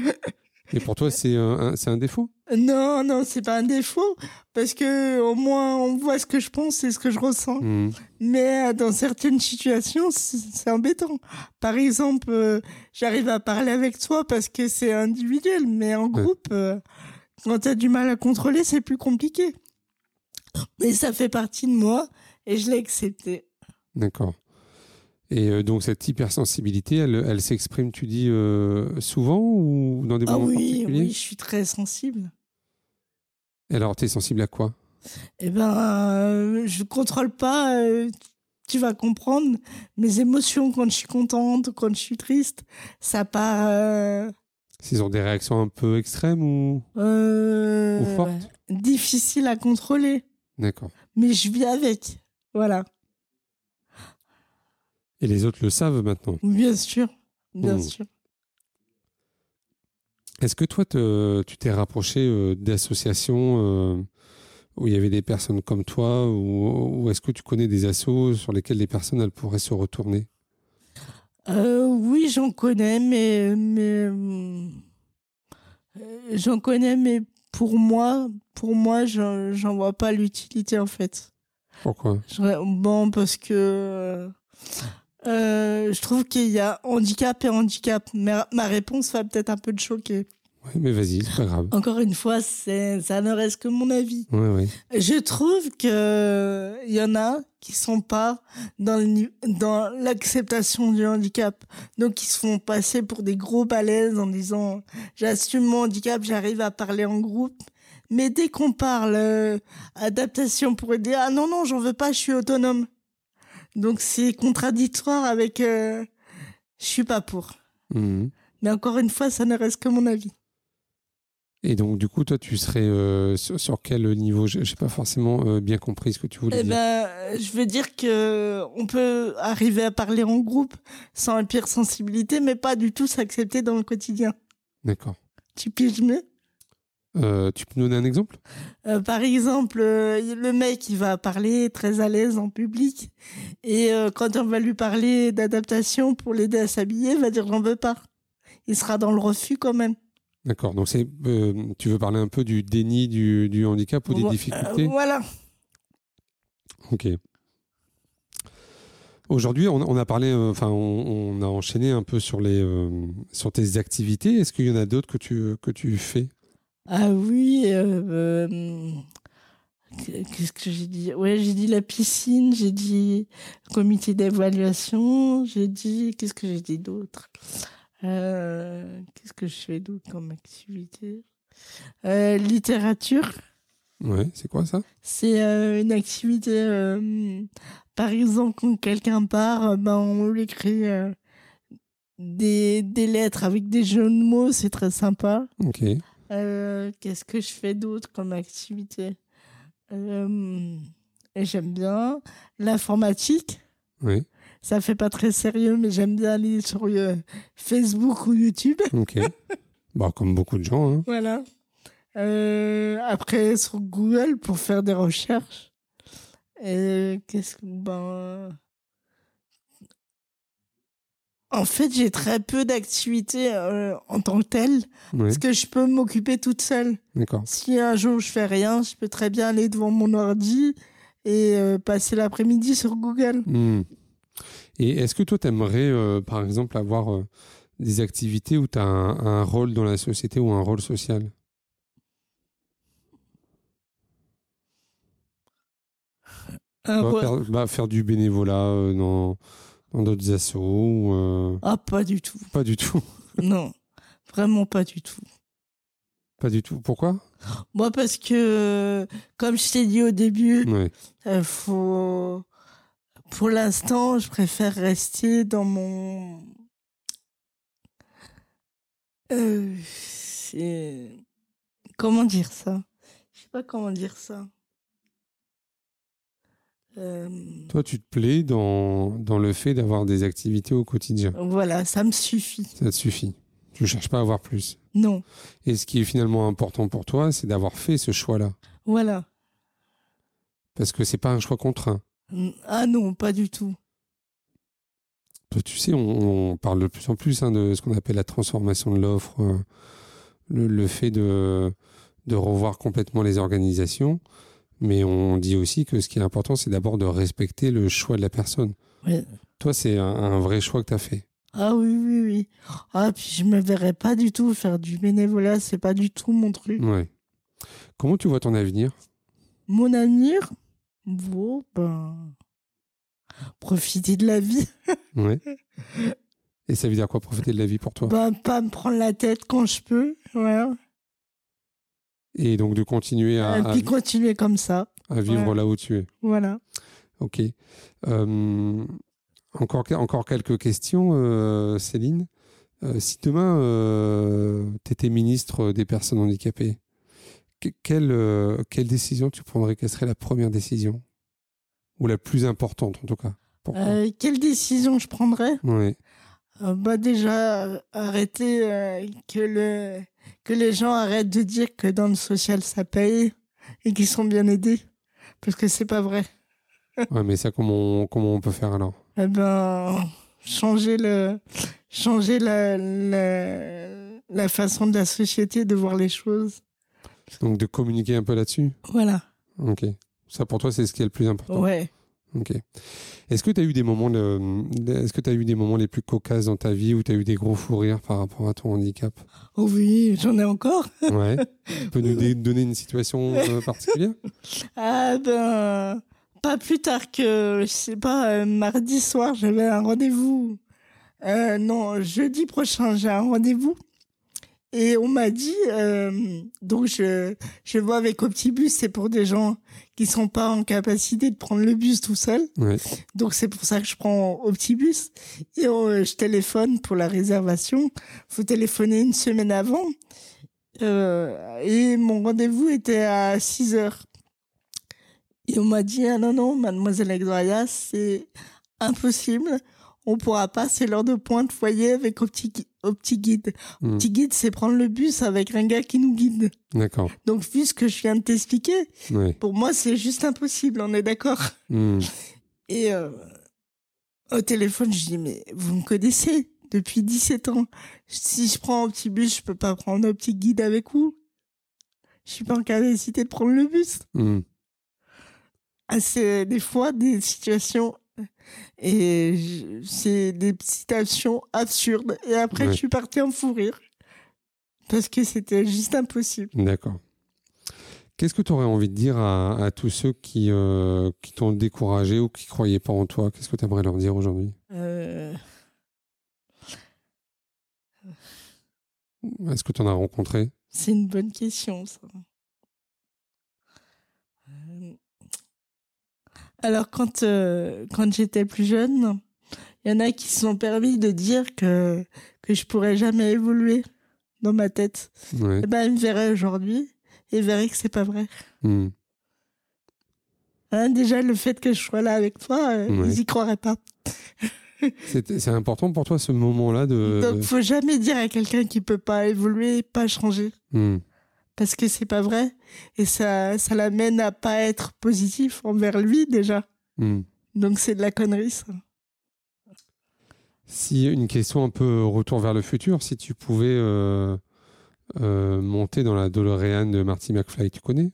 [SPEAKER 1] Et pour toi, c'est euh, un, c'est un défaut
[SPEAKER 2] Non, non, c'est pas un défaut parce que, au moins, on voit ce que je pense et ce que je ressens.
[SPEAKER 1] Hmm.
[SPEAKER 2] Mais euh, dans certaines situations, c- c'est embêtant. Par exemple, euh, j'arrive à parler avec toi parce que c'est individuel, mais en
[SPEAKER 1] Ouais.
[SPEAKER 2] groupe, euh, quand tu as du mal à contrôler, c'est plus compliqué. Mais ça fait partie de moi et je l'ai accepté.
[SPEAKER 1] D'accord. Et euh, donc cette hypersensibilité, elle, elle s'exprime, tu dis, euh, souvent ou dans des
[SPEAKER 2] Ah
[SPEAKER 1] moments
[SPEAKER 2] oui,
[SPEAKER 1] particuliers
[SPEAKER 2] oui, je suis très sensible.
[SPEAKER 1] Alors, tu es sensible à quoi
[SPEAKER 2] Eh ben, euh, je contrôle pas. euh, tu vas comprendre mes émotions quand je suis contente, quand je suis triste. Ça part. euh,
[SPEAKER 1] S'ils ont des réactions un peu extrêmes ou,
[SPEAKER 2] Euh,
[SPEAKER 1] ou fortes
[SPEAKER 2] difficile à contrôler,
[SPEAKER 1] D'accord.
[SPEAKER 2] mais je vis avec. Voilà,
[SPEAKER 1] Et les autres le savent maintenant.
[SPEAKER 2] bien sûr, bien
[SPEAKER 1] Hmm.
[SPEAKER 2] sûr.
[SPEAKER 1] Est-ce que toi, te- tu t'es rapproché euh, d'associations euh, où il y avait des personnes comme toi ou, ou est-ce que tu connais des assos sur lesquels les personnes elles pourraient se retourner
[SPEAKER 2] Euh, oui, j'en connais, mais, mais euh, euh, j'en connais, mais pour moi, pour moi, j'en j'en vois pas l'utilité en fait.
[SPEAKER 1] Pourquoi
[SPEAKER 2] Je- Bon, parce que euh, euh, je trouve qu'il y a handicap et handicap. Ma, ma réponse va peut-être un peu te choquer.
[SPEAKER 1] Oui, mais vas-y, c'est pas grave.
[SPEAKER 2] Encore une fois, c'est- ça ne reste que mon avis.
[SPEAKER 1] Ouais, ouais.
[SPEAKER 2] Je trouve que il y en a qui sont pas dans le ni- dans l'acceptation du handicap, donc ils se font passer pour des gros balaises en disant j'assume mon handicap, j'arrive à parler en groupe. Mais dès qu'on parle euh, adaptation pour aider, ah non non j'en veux pas, je suis autonome. Donc c'est contradictoire avec euh, je suis pas pour.
[SPEAKER 1] Mhm.
[SPEAKER 2] Mais encore une fois, ça ne reste que mon avis.
[SPEAKER 1] Et donc, du coup, toi, tu serais euh, sur, sur quel niveau Je n'ai pas forcément euh, bien compris ce que tu voulais
[SPEAKER 2] Eh
[SPEAKER 1] dire.
[SPEAKER 2] ben, euh, je veux dire que on peut arriver à parler en groupe sans hyper sensibilité, mais pas du tout s'accepter dans le quotidien.
[SPEAKER 1] D'accord.
[SPEAKER 2] Tu piges mieux
[SPEAKER 1] Euh, tu peux nous donner un exemple
[SPEAKER 2] Euh, Par exemple, euh, le mec, il va parler très à l'aise en public, et euh, quand on va lui parler d'adaptation pour l'aider à s'habiller, il va dire j'en veux pas. Il sera dans le refus quand même.
[SPEAKER 1] D'accord. Donc, c'est, euh, tu veux parler un peu du déni du, du handicap ou des
[SPEAKER 2] Vo- euh,
[SPEAKER 1] difficultés
[SPEAKER 2] Voilà. euh,
[SPEAKER 1] Ok. Aujourd'hui, on, on a parlé, euh, enfin, on, on a enchaîné un peu sur les, euh, sur tes activités. Est-ce qu'il y en a d'autres que tu, que tu fais
[SPEAKER 2] Ah oui, euh, euh, qu'est-ce que j'ai dit Ouais, j'ai dit la piscine, j'ai dit comité d'évaluation, j'ai dit qu'est-ce que j'ai dit d'autre Euh, Qu'est-ce que je fais d'autre comme activité Euh, Littérature,
[SPEAKER 1] Ouais. C'est quoi ça
[SPEAKER 2] c'est euh, une activité. euh, par exemple, quand quelqu'un part, euh, ben, on lui écrit euh, des, des lettres avec des jeux de mots, c'est très sympa.
[SPEAKER 1] Ok.
[SPEAKER 2] Euh, Qu'est-ce que je fais d'autre comme activité Euh, et J'aime bien l'informatique.
[SPEAKER 1] Ouais.
[SPEAKER 2] Ça fait pas très sérieux, mais j'aime bien aller sur euh, Facebook ou YouTube.
[SPEAKER 1] Ok. Bon, comme beaucoup de gens. hein.
[SPEAKER 2] Voilà. Euh, après, sur Google pour faire des recherches. Et qu'est-ce que. Ben. En fait, j'ai très peu d'activités euh, en tant que telles,
[SPEAKER 1] Ouais.
[SPEAKER 2] parce que je peux m'occuper toute seule.
[SPEAKER 1] D'accord.
[SPEAKER 2] Si un jour je fais rien, je peux très bien aller devant mon ordi et euh, passer l'après-midi sur Google.
[SPEAKER 1] Hmm. Et est-ce que toi, tu aimerais, par exemple, avoir euh, des activités où tu as un, un rôle dans la société ou un rôle social
[SPEAKER 2] Un
[SPEAKER 1] Bah,
[SPEAKER 2] re-
[SPEAKER 1] faire, bah, faire du bénévolat euh, dans dans d'autres assos ou, euh,
[SPEAKER 2] Ah, pas du tout.
[SPEAKER 1] Pas du tout.
[SPEAKER 2] Non, vraiment pas du tout.
[SPEAKER 1] Pas du tout. Pourquoi
[SPEAKER 2] Moi, parce que, euh, comme je t'ai dit au début,
[SPEAKER 1] ouais.
[SPEAKER 2] euh, faut... pour l'instant, je préfère rester dans mon. Euh, c'est- comment dire ça Je sais pas comment dire ça. Euh,
[SPEAKER 1] Toi, tu te plais dans, dans le fait d'avoir des activités au quotidien.
[SPEAKER 2] Voilà, ça me suffit.
[SPEAKER 1] Ça te suffit. Tu ne cherches pas à avoir plus.
[SPEAKER 2] Non,
[SPEAKER 1] Et ce qui est finalement important pour toi, c'est d'avoir fait ce choix-là.
[SPEAKER 2] voilà.
[SPEAKER 1] Parce que c'est pas un choix contraint.
[SPEAKER 2] Mm, Ah non, pas du tout.
[SPEAKER 1] Toi, Bah, tu sais, on, on parle de plus en plus hein, de ce qu'on appelle la transformation de l'offre, euh, le, le fait de, de revoir complètement les organisations. Mais on dit aussi que ce qui est important, c'est d'abord de respecter le choix de la personne.
[SPEAKER 2] Ouais.
[SPEAKER 1] Toi, c'est un, un vrai choix que tu as fait.
[SPEAKER 2] Ah oui, oui, oui. Ah, puis je me verrais pas du tout faire du bénévolat, c'est pas du tout mon truc.
[SPEAKER 1] Ouais. Comment tu vois ton avenir
[SPEAKER 2] Mon avenir Bon, ben. Profiter de la vie.
[SPEAKER 1] ouais. Et ça veut dire quoi profiter de la vie pour toi
[SPEAKER 2] Ben, pas me prendre la tête quand je peux. Voilà.
[SPEAKER 1] Et donc de continuer à,
[SPEAKER 2] Et
[SPEAKER 1] à-
[SPEAKER 2] puis continuer comme ça.
[SPEAKER 1] à vivre
[SPEAKER 2] ouais.
[SPEAKER 1] là où tu es.
[SPEAKER 2] Voilà.
[SPEAKER 1] Ok. Euh, encore, encore quelques questions, euh, Céline. Euh, si demain, euh, tu étais ministre des personnes handicapées, que- quelle, euh, quelle décision tu prendrais Quelle serait la première décision Ou la plus importante, en tout cas pour toi
[SPEAKER 2] Euh, quelle décision je prendrais
[SPEAKER 1] Ouais.
[SPEAKER 2] Euh, bah déjà euh, arrêter euh, que le que les gens arrêtent de dire que dans le social ça paye et qu'ils sont bien aidés parce que c'est pas vrai.
[SPEAKER 1] Ouais, mais ça, comment on, comment on peut faire alors
[SPEAKER 2] Eh ben changer le changer la, la la façon de la société de voir les choses.
[SPEAKER 1] Donc, de communiquer un peu là-dessus
[SPEAKER 2] Voilà.
[SPEAKER 1] Ok. Ça, pour toi, c'est ce qui est le plus important.
[SPEAKER 2] Ouais.
[SPEAKER 1] Ok. Est-ce que tu as eu des moments, de- de- est-ce que tu eu des moments les plus cocasses dans ta vie où tu as eu des gros fous rires par rapport à ton handicap
[SPEAKER 2] Oh oui, j'en ai encore.
[SPEAKER 1] Ouais. Tu peux nous dé- donner une situation euh, particulière
[SPEAKER 2] Ah ben pas plus tard que je sais pas euh, mardi soir j'avais un rendez-vous. Euh, non jeudi prochain j'ai un rendez-vous et on m'a dit euh, donc je je vois avec Optibus c'est pour des gens qui sont pas en capacité de prendre le bus tout seul
[SPEAKER 1] Ouais.
[SPEAKER 2] donc c'est pour ça que je prends Optibus et euh, je téléphone pour la réservation. Faut téléphoner une semaine avant. Euh, et mon rendez-vous était à 6 heures. Et on m'a dit ah non non mademoiselle Exoria c'est impossible. On pourra pas, c'est l'heure de pointe, voyez, avec Opti, Opti Guide.
[SPEAKER 1] Hmm.
[SPEAKER 2] Opti Guide, c'est prendre le bus avec un gars qui nous guide.
[SPEAKER 1] D'accord.
[SPEAKER 2] Donc, vu ce que je viens de t'expliquer,
[SPEAKER 1] Ouais.
[SPEAKER 2] pour moi, c'est juste impossible, on est d'accord
[SPEAKER 1] Hmm.
[SPEAKER 2] et euh, au téléphone, je dis, mais vous me connaissez depuis 17 ans. Si je prends un petit bus, je peux pas prendre un petit guide avec vous. Je suis pas en capacité de prendre le bus.
[SPEAKER 1] Hmm.
[SPEAKER 2] Ah, c'est des fois des situations euh, et je- c'est des citations absurdes. Et après,
[SPEAKER 1] Ouais.
[SPEAKER 2] je suis partie en fou rire. Parce que c'était juste impossible.
[SPEAKER 1] D'accord. Qu'est-ce que tu aurais envie de dire à, à tous ceux qui, euh, qui t'ont découragé ou qui croyaient pas en toi Qu'est-ce que tu aimerais leur dire aujourd'hui
[SPEAKER 2] Euh,
[SPEAKER 1] Est-ce que tu en as rencontré
[SPEAKER 2] C'est une bonne question, ça. Euh, Alors, quand, euh, quand j'étais plus jeune, il y en a qui se sont permis de dire que, que je pourrais jamais évoluer dans ma tête.
[SPEAKER 1] Ouais.
[SPEAKER 2] Eh ben, ils me verraient aujourd'hui et ils verraient que c'est pas vrai.
[SPEAKER 1] Hmm.
[SPEAKER 2] Hein, déjà, le fait que je sois là avec toi, euh,
[SPEAKER 1] Ouais.
[SPEAKER 2] ils y croiraient pas.
[SPEAKER 1] C'est c'est important pour toi ce moment-là de.
[SPEAKER 2] Donc, faut jamais dire à quelqu'un qui peut pas évoluer, pas changer.
[SPEAKER 1] Hmm.
[SPEAKER 2] Parce que c'est pas vrai. Et ça, ça l'amène à pas être positif envers lui, déjà.
[SPEAKER 1] Hmm.
[SPEAKER 2] Donc c'est de la connerie, ça.
[SPEAKER 1] Si une question un peu retour vers le futur, si tu pouvais euh, euh, monter dans la DeLorean de Marty McFly, tu connais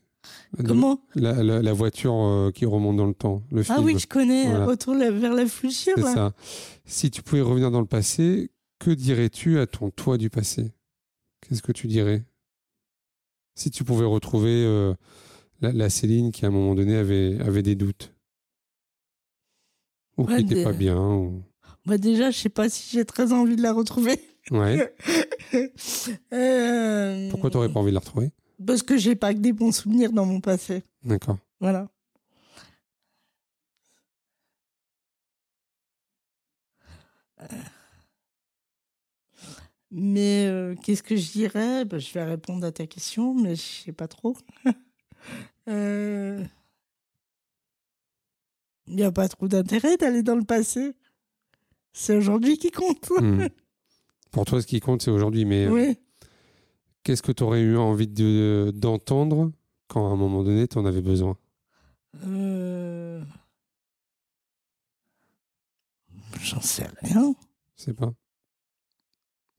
[SPEAKER 1] La Dolo-
[SPEAKER 2] Comment
[SPEAKER 1] la, la- la voiture euh, qui remonte dans le temps, le film.
[SPEAKER 2] Ah oui, je connais.
[SPEAKER 1] Voilà.
[SPEAKER 2] Retour la- vers la future.
[SPEAKER 1] c'est
[SPEAKER 2] là.
[SPEAKER 1] ça. Si tu pouvais revenir dans le passé, que dirais-tu à ton toi du passé Qu'est-ce que tu dirais Si tu pouvais retrouver euh, la, la Céline qui à un moment donné avait, avait des doutes ou
[SPEAKER 2] Ouais,
[SPEAKER 1] qui n'était
[SPEAKER 2] des-
[SPEAKER 1] pas bien. ou-
[SPEAKER 2] Bah déjà, je sais pas si j'ai très envie de la retrouver.
[SPEAKER 1] Ouais.
[SPEAKER 2] Euh,
[SPEAKER 1] Pourquoi t'aurais pas envie de la retrouver
[SPEAKER 2] Parce que j'ai pas que des bons souvenirs dans mon passé.
[SPEAKER 1] D'accord.
[SPEAKER 2] Voilà. Mais euh, qu'est-ce que je dirais Bah, Je vais répondre à ta question, mais je sais pas trop. Euh, Il n'y a pas trop d'intérêt d'aller dans le passé. C'est aujourd'hui qui compte.
[SPEAKER 1] Hmm. Pour toi, ce qui compte, c'est aujourd'hui. Mais euh,
[SPEAKER 2] Oui.
[SPEAKER 1] qu'est-ce que tu aurais eu envie de- euh, d'entendre quand, à un moment donné, tu en avais besoin
[SPEAKER 2] Euh, J'en sais rien.
[SPEAKER 1] Je sais pas.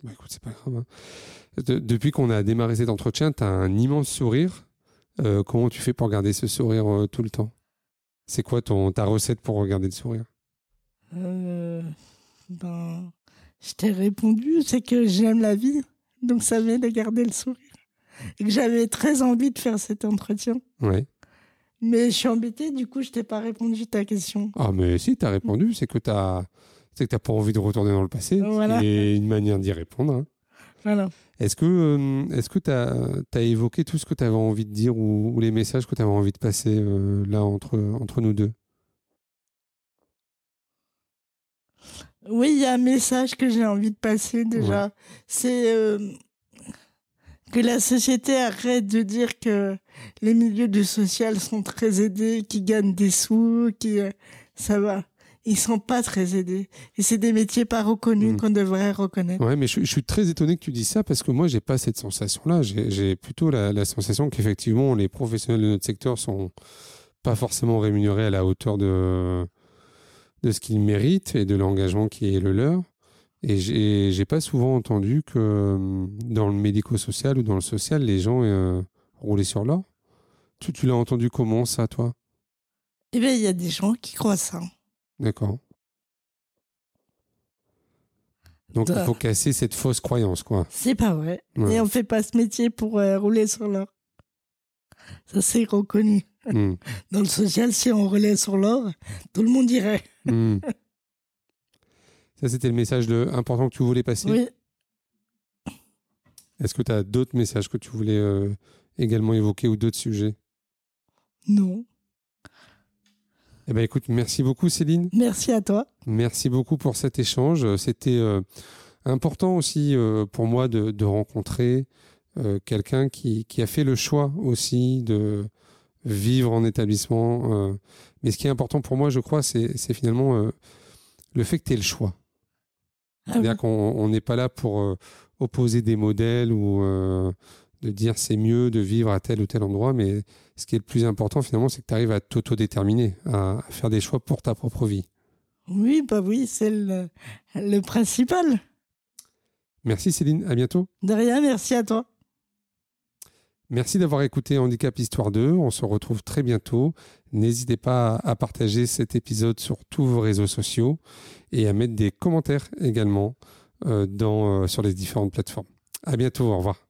[SPEAKER 1] Bah, écoute, c'est pas grave. hein. De- depuis qu'on a démarré cet entretien, tu as un immense sourire. Euh, comment tu fais pour garder ce sourire euh, tout le temps C'est quoi ton, ta recette pour regarder le sourire
[SPEAKER 2] Euh, ben, je t'ai répondu, c'est que j'aime la vie, donc ça m'aide à garder le sourire. Et que j'avais très envie de faire cet entretien.
[SPEAKER 1] Ouais.
[SPEAKER 2] Mais je suis embêtée, du coup, je t'ai pas répondu à ta question.
[SPEAKER 1] Ah, mais si, tu as répondu. C'est que tu n'as pas envie de retourner dans le passé.
[SPEAKER 2] Voilà.
[SPEAKER 1] C'est une manière d'y répondre. hein.
[SPEAKER 2] Voilà.
[SPEAKER 1] Est-ce que euh, est-ce que tu as, évoqué tout ce que tu avais envie de dire ou, ou les messages que tu avais envie de passer euh, là entre, entre nous deux
[SPEAKER 2] Oui, il y a un message que j'ai envie de passer déjà. C'est euh, que la société arrête de dire que les milieux du social sont très aidés, qui gagnent des sous, qui euh, ça va. Ils sont pas très aidés. Et c'est des métiers pas reconnus
[SPEAKER 1] Mm.
[SPEAKER 2] qu'on devrait reconnaître.
[SPEAKER 1] Ouais, mais je, je suis très étonné que tu dises ça parce que moi, j'ai pas cette sensation-là. J'ai j'ai plutôt la, la sensation qu'effectivement, les professionnels de notre secteur sont pas forcément rémunérés à la hauteur de, de ce qu'ils méritent et de l'engagement qui est le leur. Et j'ai j'ai pas souvent entendu que euh, dans le médico-social ou dans le social, les gens euh, roulaient sur l'or. Tu, tu l'as entendu comment ça, toi
[SPEAKER 2] Eh bien, il y a des gens qui croient ça.
[SPEAKER 1] D'accord. Donc, il
[SPEAKER 2] Bah.
[SPEAKER 1] faut casser cette fausse croyance, quoi.
[SPEAKER 2] C'est pas vrai.
[SPEAKER 1] Ouais.
[SPEAKER 2] Et on fait pas ce métier pour euh, rouler sur l'or. Ça, c'est reconnu.
[SPEAKER 1] Hmm.
[SPEAKER 2] Dans le social, si on roulait sur l'or, tout le monde irait.
[SPEAKER 1] Hmm. Ça, c'était le message de- important que tu voulais passer.
[SPEAKER 2] Oui.
[SPEAKER 1] Est-ce que tu as d'autres messages que tu voulais euh, également évoquer ou d'autres sujets
[SPEAKER 2] Non.
[SPEAKER 1] Eh ben, écoute, merci beaucoup, Céline.
[SPEAKER 2] Merci à toi.
[SPEAKER 1] Merci beaucoup pour cet échange. Euh, C'était euh, important aussi euh, pour moi de, de rencontrer euh, quelqu'un qui, qui a fait le choix aussi de vivre en établissement. euh. mais ce qui est important pour moi, je crois, c'est c'est finalement euh, le fait que tu aies le choix.
[SPEAKER 2] Ah
[SPEAKER 1] C'est-à-dire qu'on on n'est pas là pour euh, opposer des modèles ou euh, de dire c'est mieux de vivre à tel ou tel endroit, mais ce qui est le plus important finalement, c'est que tu arrives à t'autodéterminer, à, à faire des choix pour ta propre vie.
[SPEAKER 2] Oui, bah oui, c'est le, le principal.
[SPEAKER 1] Merci Céline, à bientôt.
[SPEAKER 2] De rien, merci à toi.
[SPEAKER 1] Merci d'avoir écouté Handicap Histoire 2. On se retrouve très bientôt. N'hésitez pas à à partager cet épisode sur tous vos réseaux sociaux et à mettre des commentaires également euh, dans, euh, sur les différentes plateformes. À bientôt. Au revoir.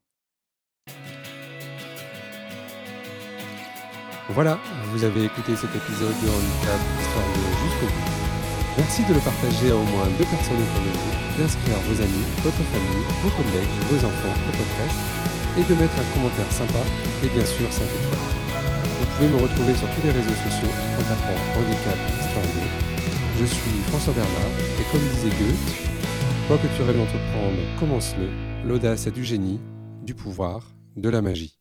[SPEAKER 1] Voilà, vous avez écouté cet épisode de Handicap Histoire 2 jusqu'au bout. Merci de le partager à au moins deux personnes autour de vous, d'inscrire vos amis, votre famille, vos collègues, vos enfants au podcast et de mettre un commentaire sympa et bien sûr 5 étoiles. Vous pouvez me retrouver sur tous les réseaux sociaux en tapant handicap histoire 2. Je suis François Bernard et comme disait Goethe, quoi que tu rêves d'entreprendre, commence-le. L'audace a du génie, du pouvoir, de la magie.